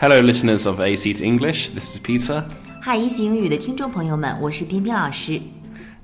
Hello, listeners of A Seat English. This is Peter. 嗨，一席英语的听众朋友们，我是彬彬老师。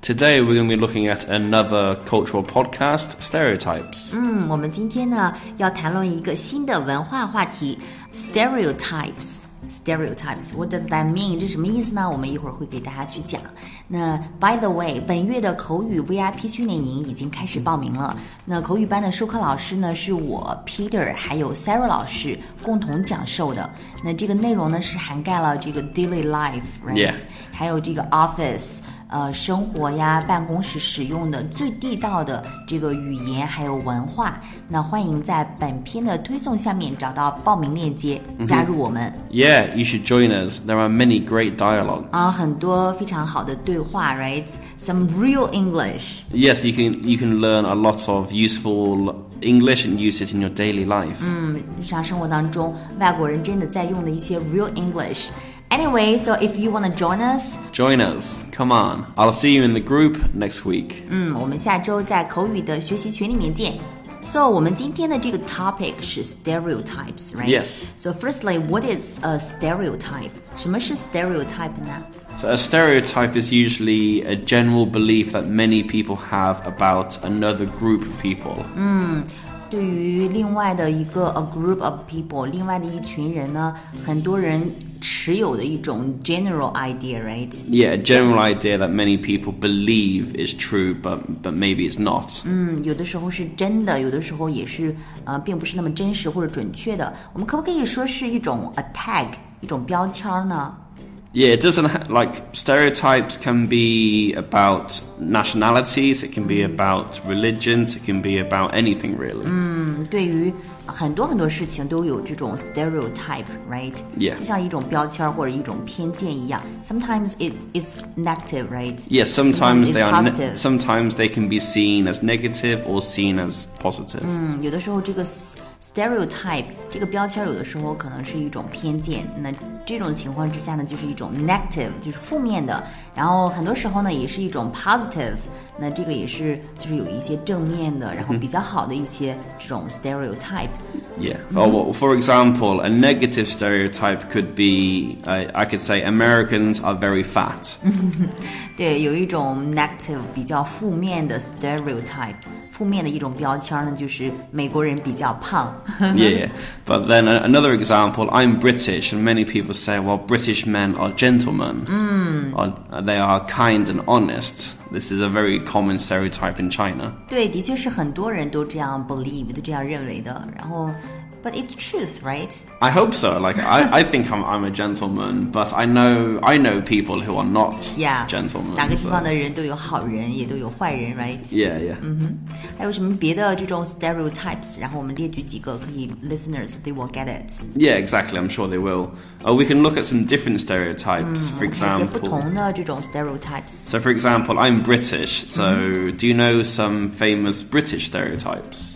Today, we're going to be looking at another cultural podcast, Stereotypes. 嗯，我们今天呢要谈论一个新的文化话题，stereotypes。Stereotypes, what does that mean？这什么意思呢？我们一会儿会给大家去讲。那 By the way，本月的口语 VIP 训练营已经开始报名了。那口语班的授课老师呢是我 Peter 还有 Sarah 老师共同讲授的。那这个内容呢是涵盖了这个 daily life，right？、 Yeah. 还有这个 office，呃，生活呀，办公室使用的最地道的这个语言还有文化。那欢迎在本片的推送下面找到报名链接，加入我们。 Yeah, you should join us. There are many great dialogues. 啊，很多非常好的对话，right？Some real English。 Yes, you can you can learn a lot of useful English and use it in your daily life. 日常生活当中，外国人真的在用的一些 real English。Anyway, so if you wanna join us， Join us. Come on. I'll see you in the group next week. 嗯，我们下周在口语的学习群里面见。So 我们今天的这个 topic 是 stereotypes, right? Yes. So firstly, what is a stereotype? 什么是 stereotype 呢？ So a stereotype is usually a general belief that many people have about another group of people. 对于另外的一个 a group of people，另外的一群人呢，很多人持有的一种 general idea, right? Yeah, a general idea that many people believe is true, but but maybe it's not. 嗯，有的时候是真的，有的时候也是呃，并不是那么真实或者准确的。我们可不可以说是一种 a tag，一种标签儿呢？ Yeah, it doesn't ha- like stereotypes can be about nationalities, it can be Mm. about religions, it can be about anything really. 对于很多很多事情都有这种 stereotype，right？、 Yeah. 就像一种标签儿或者一种偏见一样。Sometimes it is negative，right？ Yeah, sometimes they it's are. Ne- positive. sometimes they can be seen as negative or seen as positive. 嗯，有的时候这个 s- stereotype 这个标签，有的时候可能是一种偏见。那这种情况之下呢，就是一种 negative，就是负面的。然后很多时候呢，也是一种 positive。那这个也是就是有一些正面的，然嗯后比较好的一些这种 stereotype。 Yeah. Mm. Oh, well, for example, a negative stereotype could be uh, I could say Americans are very fat. 对，有一种 negative 比较负面的 stereotype，负面的一种标签呢，就是美国人比较胖。 yeah. But then a- another example, I'm British, and many people say, well, British men are gentlemen. Or, they are kind and honest. This is a very common stereotype in China. 对，的确是很多人都这样 believe，都这样认为的。然后，but it's truth, right？ I hope so. Like, I, I think I'm, I'm a gentleman, but I know I know people who are not Yeah， gentlemen. 哪个地 so- 方的人都有好人，也都有坏人，right？ Yeah, yeah. 还有什么别的这种 stereotypes？然后我们列举几个，可以 listeners they will get it。 Yeah, exactly. I'm sure they will. Uh, we can look at some different stereotypes. For 看一些不 example, 同的这种 stereotypes。 so for example, I'm British. So do you know some famous British stereotypes?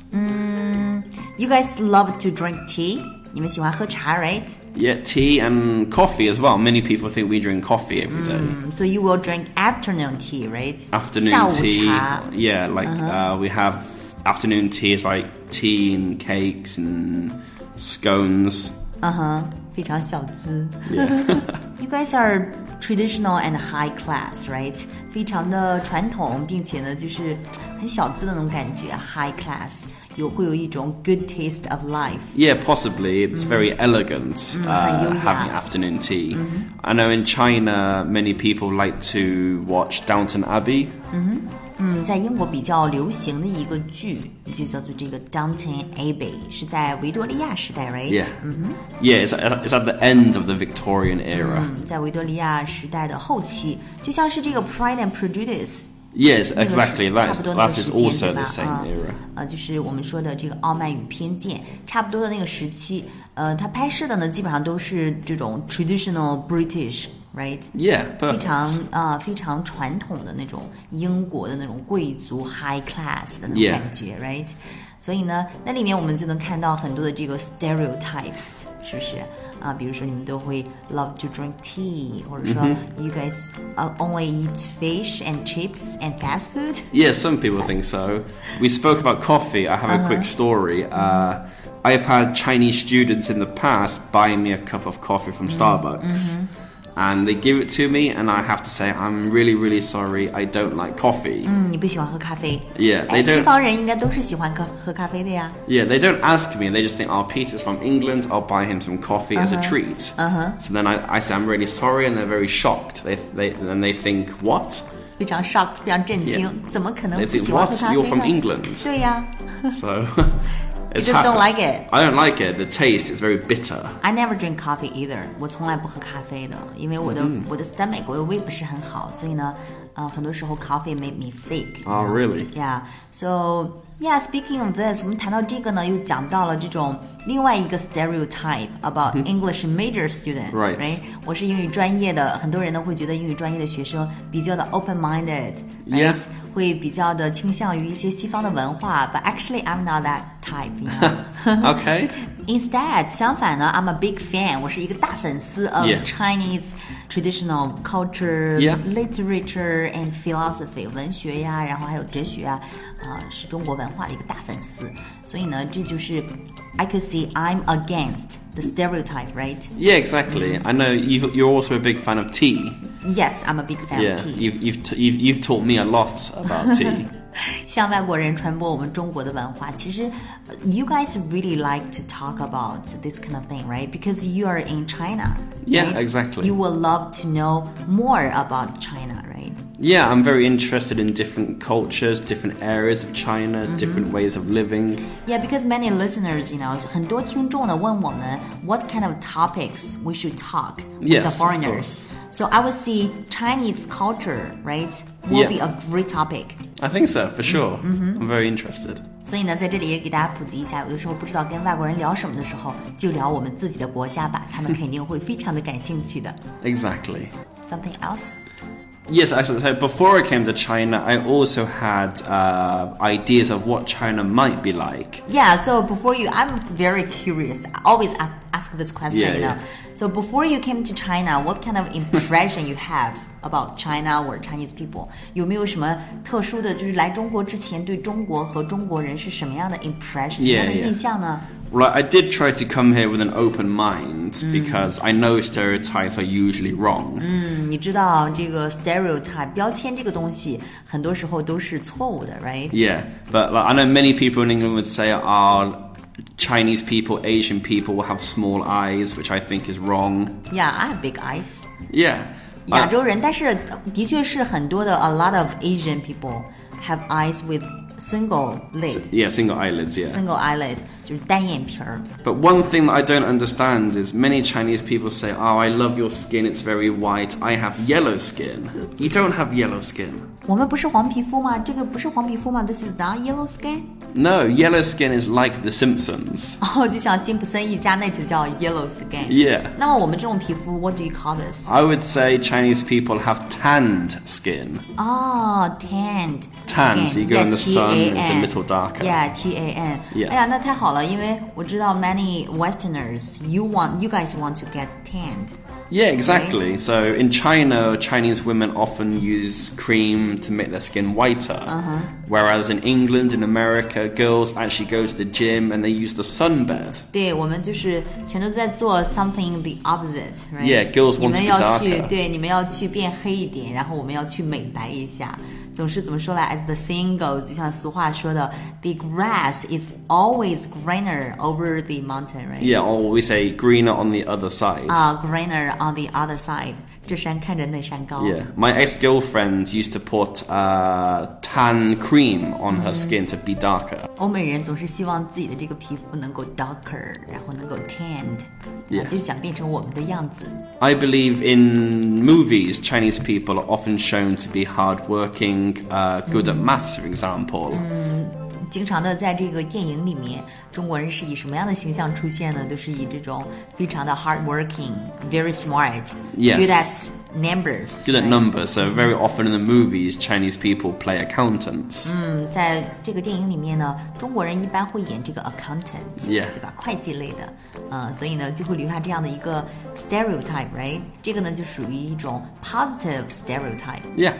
You guys love to drink tea，你们喜欢喝茶，right？So Yeah, tea and coffee as well. Many people think we drink coffee every day. Um, you will drink afternoon tea，right？下 Afternoon 午 tea. 茶。 Yeah, like uh Uh-huh. we have afternoon tea is like tea and cakes and scones. 嗯哼，非常小资。 Yeah. You guys are traditional and high class, right？非常的传统，并且呢，就是很小资的那种感觉，high class，有会有一种 good taste of life。 yeah, possibly. It's very elegant uh, Mm. yeah. Mm-hmm. having afternoon tea. I know in China, many people like to watch Downton Abbey. 嗯，在英国比较流行的一个剧就叫做这个 Downton Abbey，是在维多利亚时代，right？ Yeah. mm-hmm. Yeah, it's at, it's at the end of the Victorian era. 嗯，在维多利亚时代的后期，就像是这个 Pride and Prejudice Yes, 那个是 exactly. That 差 is, 不多那个 that 时 is 间 also 对吧 the same 啊 era. 呃，就是我们说的这个《傲慢与偏见》，差不多的那个时期，呃，它拍摄的呢，基本上都是这种 traditional British，right？ Yeah, 非 perfect. 常啊、呃非常传统的那种英国的那种贵族 high class 的那种 Yeah. 感觉，right？所以呢，那里面我们就能看到很多的这个 stereotypes，是不是？啊，比如说你们都会 love to drink tea，或者说 you guys、uh, only eat fish and chips and fast food。Uh-huh. Yeah, some people think so. We spoke about coffee. I have a quick story. Uh, I've had Chinese students in the past buying me a cup of coffee from Starbucks. And they give it to me, and I have to say, I'm really, really sorry. I don't like coffee. 嗯，你不喜欢喝咖啡？ Yeah, they 哎，西 don't. 方人应该都是喜欢喝喝咖啡的呀。 Yeah, they don't ask me. They just think, oh, Peter's from England. I'll buy him some coffee as a treat. Uh-huh. So then I, I say, I'm really sorry, and they're very shocked. They, they, and they think, what? 非常 shocked，非常震惊 Yeah. 怎么可能 They 不 think, 喜欢喝 what? 咖 You're 啡 from 呢？ England. 对呀、 So it's just don't happened. like it. I don't like it. The taste is very bitter. I never drink coffee either，我从来不喝咖啡的，因为我的、嗯我的 stomach 我的胃不是很好，所以呢，呃，很多时候 coffee make me sick。 Oh, really? Yeah. So yeah, speaking of this，我们谈到这个呢，又讲到了这种另外一个 stereotype about English major student。嗯 Right. 我是英语专业的，很多人呢会觉得英语专业的学生比较的 open minded。 Yeah. 会比较的倾向于一些西方的文化，but actually I'm not that type. You know? Okay. Instead，相反呢，I'm a big fan，我是一个大粉丝 of Yeah. Chinese traditional culture、 Yeah. literature and philosophy，文学呀，然后还有哲学啊，啊、是中国文化的一个大粉丝。所以呢，这就是 I could see I'm against the stereotype，right? Yeah, exactly. I know you've, you're also a big fan of tea. Yes, I'm a big fan yeah, of tea. You've, you've, t- you've, you've taught me a lot about tea. 向外国人传播我们中国的文化。其实呃，you guys really like to talk about this kind of thing, right? Because you are in China. Yeah, right? exactly. You will love to know more about China, right? yeah, I'm very interested in different cultures, different areas of China, Mm-hmm. different ways of living. Yeah, because many listeners, you know, 很多听众呢问我们 what kind of topics we should talk with Yes, the of foreigners. course. So I would say Chinese culture, right, will Yeah. be a great topic. I think so, for sure. Mm-hmm. I'm very interested. 所以呢，在这里也给大家普及一下，有的时候不知道跟外国人聊什么的时候，就聊我们自己的国家吧，他们肯定会非常的感兴趣的。 Exactly. Something else? Yes, actually, so before I came to China, I also had uh, ideas of what China might be like. Yeah. So before you, I'm very curious. I always a- ask this question. Yeah, you know. yeah. So before you came to China, what kind of impression you have about China or Chinese people? 有没有什么特殊的，就是来中国之前对中国和中国人是什么样的 impression，什么 Yeah, 样的 yeah. 印象呢 Well, I did try to come here with an open mind because I know stereotypes are usually wrong. 嗯，你知道这个 stereotype 标签这个东西，很多时候都是错误的，right？ Yeah, but like, I know many people in England would say, "Oh, Chinese people, Asian people will have small eyes," which I think is wrong. Yeah, I have big eyes. Yeah. 亚 Uh, 洲人，但是的确是很多的 a lot of Asian people have eyes with single lid, yeah, single eyelids, yeah. single eyelid，就是单眼皮儿。 But one thing that I don't understand is many Chinese people say, Oh, I love your skin, it's very white. I have yellow skin. You don't have yellow skin. 我们不是黄皮肤吗？这个不是黄皮肤吗？This is not yellow skin。 No, yellow skin is like The Simpsons. 哦，就像辛普森一家那就叫 yellow skin。 Yeah. 那么我们这种皮肤，what do you call this？ I would say Chinese people have tanned skin. 哦，tanned。Oh, Tan, so you go in the sun, it's a little darker. Yeah, T A N. Yeah. 哎呀，那太好了，因为我知道 many Westerners, you want, you guys want to get tanned. Yeah, exactly. So in China, Chinese women often use cream to make their skin whiter. Whereas in England and America, girls actually go to the gym and they use the sunbed. 对，我们就是全都在做 something the opposite，right？、 Yeah, girls want to be 你们要去 darker. 对，你们要去变黑一点，然后我们要去美白一下。总是怎么说来？As the saying goes，就像俗话说的，the grass is always greener over the mountain，right？ Yeah, or we say greener on the other side. 啊、g r e e n e r on the other side，这山看着那山高。 Yeah, my ex-girlfriend used to put uh, tan cream on her skin to be darker. 欧美人总是希望自己的这个皮肤能够 darker，然后能够 tanned，、啊 Yeah. 就是想变成我们的样子。 I believe in movies, Chinese people are often shown to be hardworking, uh, good at maths, for example. Mm. 经常的在这个电影里面，中国人是以什么样的形象出现呢？都是以这种非常的 hardworking、very smart、 Yes. good at numbers。 good at right？ numbers, so very often in the movies, Chinese people play accountants. 嗯，在这个电影里面呢，中国人一般会演这个 accountant，、 Yeah. 对吧？会计类的，呃，所以呢就会留下这样的一个 stereotype，right？这个呢就属于一种 positive stereotype。 Yeah.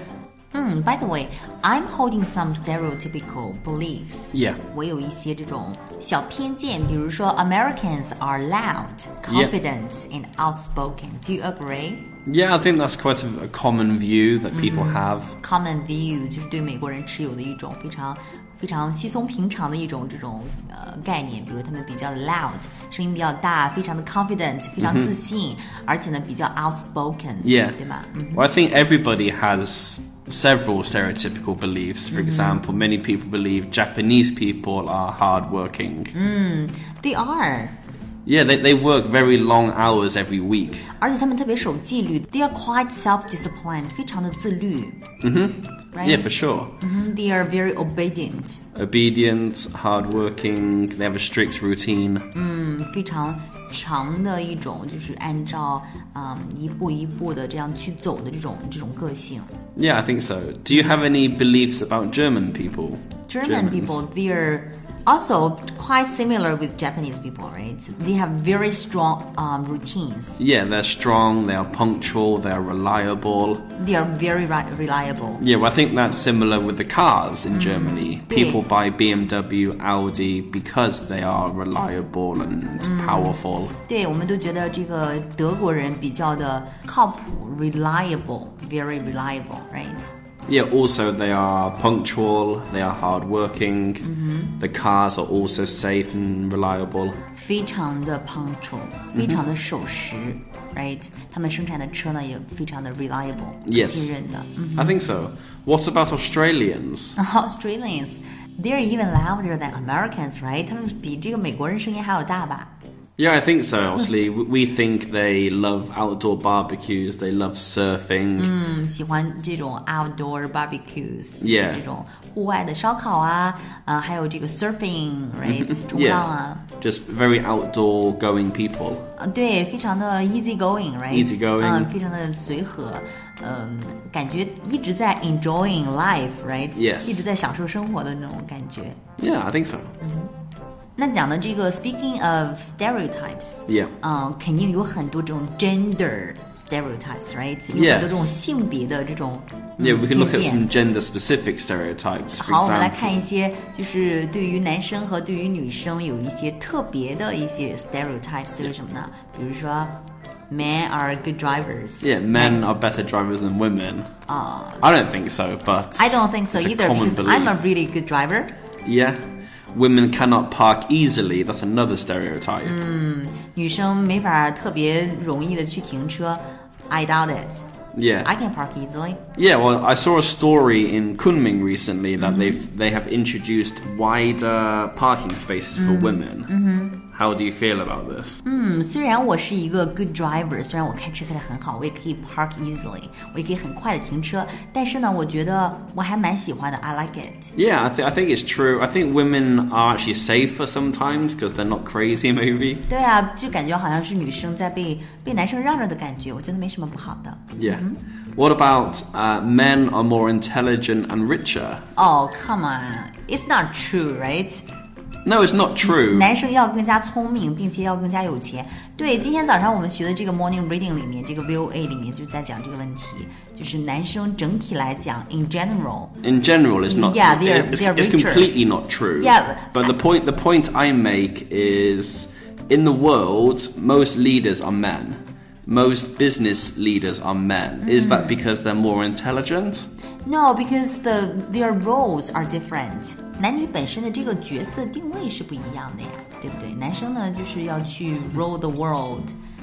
嗯，By the way, I'm holding some stereotypical beliefs. Yeah. 我有一些这种小偏见，比如说 Americans are loud, Yeah. confident, and outspoken. Do you agree? Yeah, I think that's quite a, a common view that Mm. people have. Common view 就是对美国人持有的一种非常非常稀松平常的一种这种呃概念，比如他们比较 loud，声音比较大，非常的 confident，非常自信，而且呢比较 outspoken，、 Yeah. 对吗？嗯。 Well, I think everybody has several stereotypical beliefs. Mm-hmm. For example, many people believe Japanese people are hardworking. Mm. They are， Yeah, they, they work very long hours every week. 而且他们特别守纪律。They are quite self-disciplined，非常的自律。嗯哼 Yeah, ，right？ for sure. 嗯 They are very obedient， Obedient, hardworking, they have a strict routine. 非常强的一种就是按照嗯一步一步的这样去走的这种这种个性。 Yeah, I think so. Do you have any beliefs about German people? German Germans. people, they're also quite similar with Japanese people, right? They have very strong um, routines. Yeah, they're strong, they are punctual, they are reliable. They are very ri- reliable. Yeah, well, I think that's similar with the cars in Germany. big. People buy BMW, Audi because they are reliable and powerful. 对，我们都觉得这个德国人比较的靠谱，reliable, very reliable, right? Yeah, also they are punctual, they are hardworking. The cars are also safe and reliable. 非常的 punctual，非常的守时、r i g h t 他们生产的车呢也非常的 reliable， Yes 信任的。嗯 I think so. What about Australians? Australians, they're even louder than Americans, right? 他们比这个美国人声音还要大吧？ Yeah, I think so. Obviously, we we think they love outdoor barbecues. They love surfing. 嗯，喜欢这种 outdoor barbecues，、 Yeah 这种户外的烧烤啊，呃，还有这个 surfing，right，冲浪啊 just very outdoor going people. 呃对，非常的 easy going，right， Easy going 嗯，非常的随和，嗯、感觉一直在 enjoying life，right，、 Yes 一直在享受生活的那种感觉。 Yeah, I think so. 那讲的这个 speaking of stereotypes， Yeah. 嗯，肯定有很多这种 gender stereotypes，right，有 Yes 很多这种性别的这种 Yeah, 嗯 we can look 偏 at 见 some gender specific stereotypes. For 好，我们来 example, 看一些，就是对于男生和对于女生有一些特别的一些 stereotypes 是什么呢？比如说，men are good drivers。 yeah, men are better drivers than women. I don't think so, but Ah. I don't think so it's a either common because I'm a really good driver. Yeah, women cannot park easily. That's another stereotype. Mm. 女生没法特别容易的去停车。I doubt it. Yeah, I can park easily. Yeah, well, I saw a story in Kunming recently that they've they have introduced wider parking spaces for women. How do you feel about this? 嗯，虽然我是一个 good driver，虽然我开车开得很好，我也可以 park easily，我也可以很快的停车。但是呢，我觉得我还蛮喜欢的。I like it. Yeah, I, th- I think it's true. I think women are actually safer sometimes because they're not crazy. Maybe. 对啊，就感觉好像是女生在被被男生让着的感觉，我觉得没什么不好的。 Yeah. What about uh, men are more intelligent and richer? Oh come on, it's not true, right？ No, it's not true. 男生要更加聪明，并且要更加有钱。对，今天早上我们学的这个 morning reading 里面，这个 VOA 里面就在讲这个问题，就是男生整体来讲，in general， In general, it's not. Yeah, they're- it's, they're it's richer. completely not true. Yeah, but but- the point the point I make is, in the world, most leaders are men. Most business leaders are men. Is Mm-hmm. that because they're more intelligent? No, because the their roles are different. 男女本身的这个角色定位是不一样的呀，对不对？男生呢，就是要去 rule the world。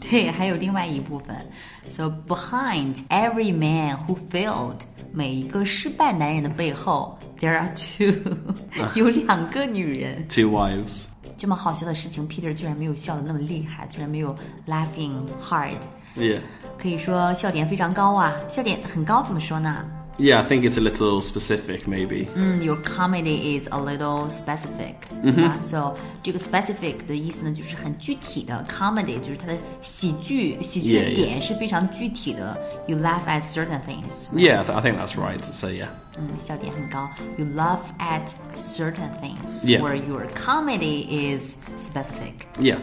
对，还有另外一部分。So behind every man who failed，每一个失败男人的背后，there are two，有 两个女人。 Two wives. 这么好笑的事情，Peter 居然没有笑的那么厉害，居然没有 laughing hard， Yeah. 可以说笑点非常高啊。笑点很高怎么说呢 Yeah, I think it's a little specific, maybe. Mm, your comedy is a little specific，对嗯吧？So 这个 specific 的意思呢，就是很具体的 comedy，就是它的喜剧，喜剧 Yeah, 的 yeah. 点是非常具体的。You laugh at certain things， Yeah, I think that's right. So yeah, 嗯，笑点很高。You laugh at certain things Yeah. where your comedy is specific。 yeah.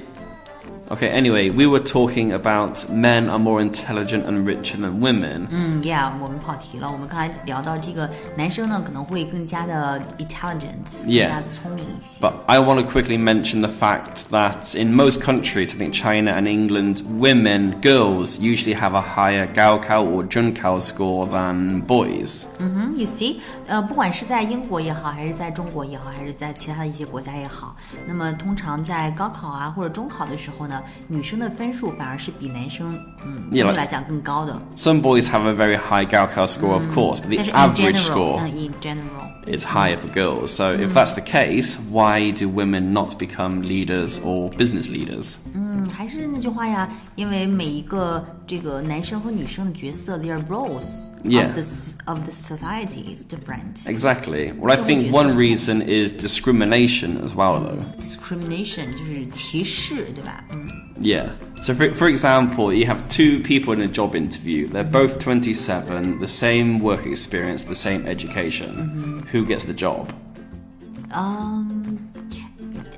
Okay. Anyway, we were talking about men are more intelligent and richer than women. 嗯，Yeah，我们跑题了。我们刚才聊到这个男生呢，可能会更加的 intelligent，更 Yeah. 加聪明一些。 But I want to quickly mention the fact that in most countries, I think China and England, women, girls usually have a higher Gaokao or Junkao score than boys. 嗯，You see，呃，不管是在英国也好，还是在中国也好，还是在其他的一些国家也好，那么通常在高考啊或者中考的时候呢，女生的分数反而是比男生，嗯，相 Yeah, 对 like- 来讲更高的。 Some boys have a very high Gaokao score, of course, but the 但是 Mm. in average general， score 嗯，in general， is higher for girls. So if that's the case, why do women not become leaders or business leaders? 嗯，还是那句话呀，因为每一个这个男生和女生的角色，their roles Yeah. of the s- of the society is different。 Exactly. Well, I think one reason is discrimination as well, though. discrimination 就是歧视，对吧？嗯 Yeah. So, for, for example, you have two people in a job interview. They're both 27, the same work experience, the same education. Who gets the job? Um,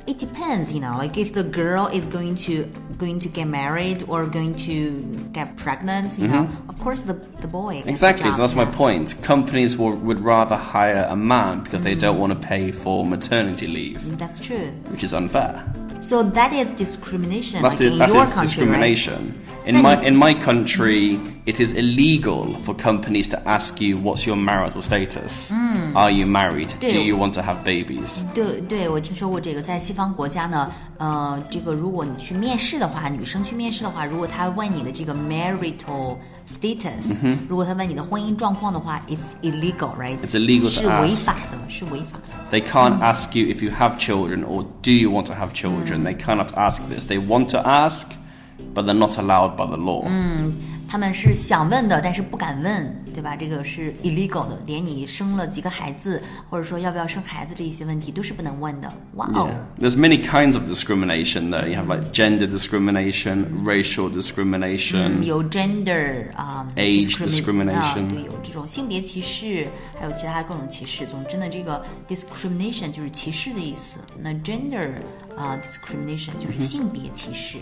，it depends, you know. Like if the girl is going to going to get married or going to get pregnant, you know, of course the the boy. gets Mm-hmm. the Exactly. job, So that's my yeah. point. Companies will, would rather hire a man because they don't want to pay for maternity leave, That's true. which is unfair. So that is discrimination, That's like the- in that your is country, right? discrimination. In my in my country, it is illegal for companies to ask you what's your marital status. Hmm. Are you married? Do Dude. you want to have babies? 对对，我听说过这个，在西方国家呢，呃，这个如果你去面试的话，女生去面试的话，如果她问你的这个 marital status，、如果她问你的婚姻状况的话，it's illegal，right？Mm-hmm. It's illegal to 是违 ask. 法的，是违法的。 They can't Hmm. ask you if you have children or do you want to have children. They cannot ask this. They want to ask, but they're not allowed by the law. Hmm. 他们是想问的，但是不敢问，对吧？这个是 illegal 的，连你生了几个孩子，或者说要不要生孩子这一些问题都是不能问的。哇哦 Yeah. There's many kinds of discrimination though. You have like gender discrimination, racial discrimination. 有 gender 啊、 Age discrimin- 啊 discrimination 对，有这种性别歧视，还有其他各种歧视。总之呢，这个 discrimination 就是歧视的意思。那 gender 啊、discrimination 嗯就是性别歧视。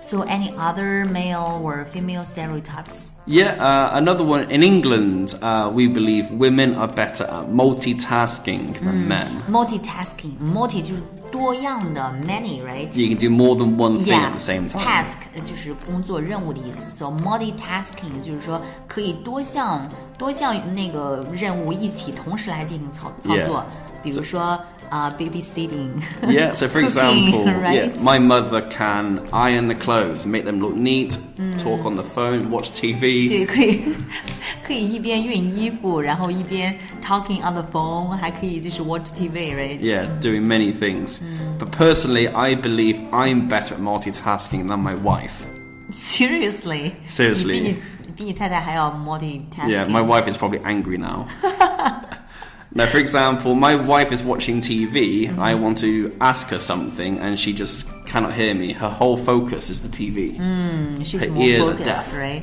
So any other male or female stereotypes? Yeah, uh, another one in England, uh, we believe women are better at multitasking than Hmm. men. Multitasking, multi 就是多样的，many right? So you can do more than one thing Yeah, at the same time. task 就是工作任务的意思，so multitasking 就是说可以多项多项那个任务一起同时来进行操操 Yeah. 作，比如说啊、babysitting。 Yeah, so for Cooking, example, right? yeah, my mother can iron the clothes, make them look neat, Hmm. talk on the phone, watch TV. 对，可以 可以一边熨衣服，然后一边 talking on the phone，还可以就是 watch TV，right？ Yeah, doing many things. Hmm. But personally, I believe I'm better at multitasking than my wife. Seriously， Seriously 你比你你比你太太还要 multitasking。 Yeah, my wife is probably angry now. now, for example, my wife is watching TV. I want to ask her something, and she just cannot hear me. Her whole focus is the TV. she's her more ears are focused, deaf. right?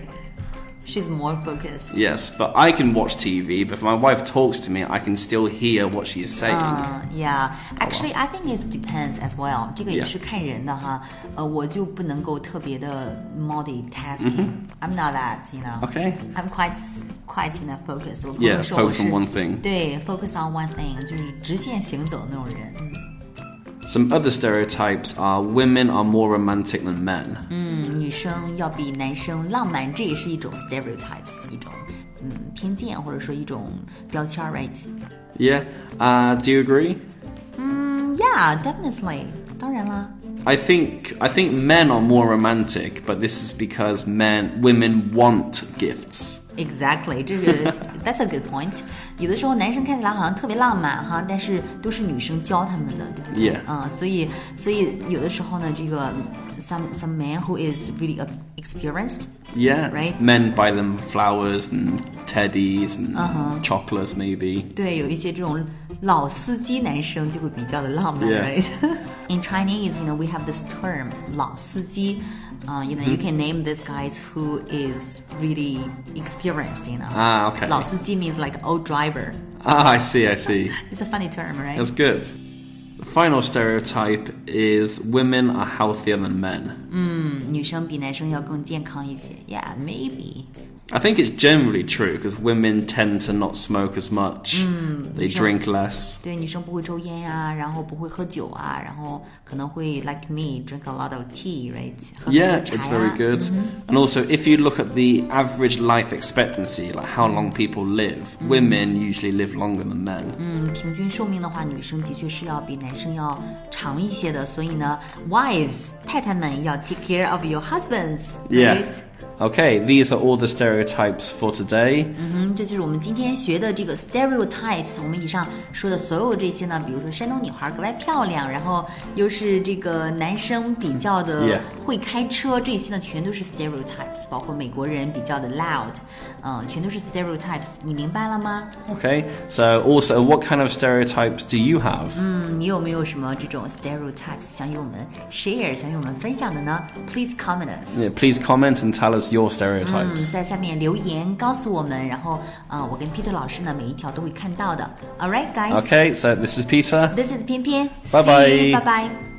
She's more focused. Yes, but I can watch TV. But if my wife talks to me, I can still hear what she's saying. Ah, Yeah, actually, I 嗯 think it depends as well. 这个也 Yeah. 是看人的哈。呃，我就不能够特别的 multitasking. I'm not that, you know. Mm-hmm Okay. I'm quite s- quite in a focus. 我朋 Yeah, 友说我 focus 是 on one thing. 对 focus on one thing，就是直线行走的那种人。 Some other stereotypes are women are more romantic than men. 嗯，女生要比男生浪漫，这也是一种 stereotypes，一种嗯偏见或者说一种标签儿，right？ Yeah, uh, do you agree? 嗯，Yeah, definitely. 当然啦。 I think I think men are more romantic, but this is because men women want gifts. Exactly，这个 That's a good point。有的时候男生看起来好像特别浪漫哈，但是都是女生教他们的，对不对 Yeah. 嗯，所以所以有的时候呢，这个 some some man who is really experienced Yeah. Right? Men buy them flowers and teddies and Uh-huh. chocolates, maybe. 对，有一些这种老司机男生就会比较的浪漫 Yeah. right? In Chinese, you know, we have this term 老司机 Uh, you know, you can name these guys who is really experienced. You know, Ah, okay. 老司机 means like old driver. Ah, I see, I see. It's a funny term, right? That's good. The final stereotype is women are healthier than men. 女生比男生要更健康一些，Yeah, maybe. I think it's generally true because women tend to not smoke as much, they Mm, sure. drink less. 对，女生不会抽烟呀、然后不会喝酒啊，然后可能会 like me drink a lot of tea, right? 喝很多 Yeah, 茶 it's 呀 very good. And also, if you look at the average life expectancy, like how long people live, women usually live longer than men. 嗯，平均寿命的话，女生的确是要比男生要长一些的，所以呢，wives 太太们要 take care of your husbands， Yeah. right？ Okay, these are all the stereotypes for today. 嗯，这就是我们今天学的这个 stereotypes。我们以上说的所有这些呢，比如说山东女孩格外漂亮，然后又是这个男生比较的 Yeah. 会开车，这些呢全都是 stereotypes，包括美国人比较的 loud，嗯、全都是 stereotypes。你明白了吗？ Okay, so also, what kind of stereotypes do you have? 嗯你有没有什么这种 stereotypes 想与我们 share，想与我们分享的呢？Please comment us。 Yeah, please comment and tell us your 嗯 stereotypes. 在下面留言告诉我们，然后呃，我跟 Peter 老师呢，每一条都会看到的。All right, guys. Okay, so this is Peter. This is 偏偏， Bye bye See you，拜拜。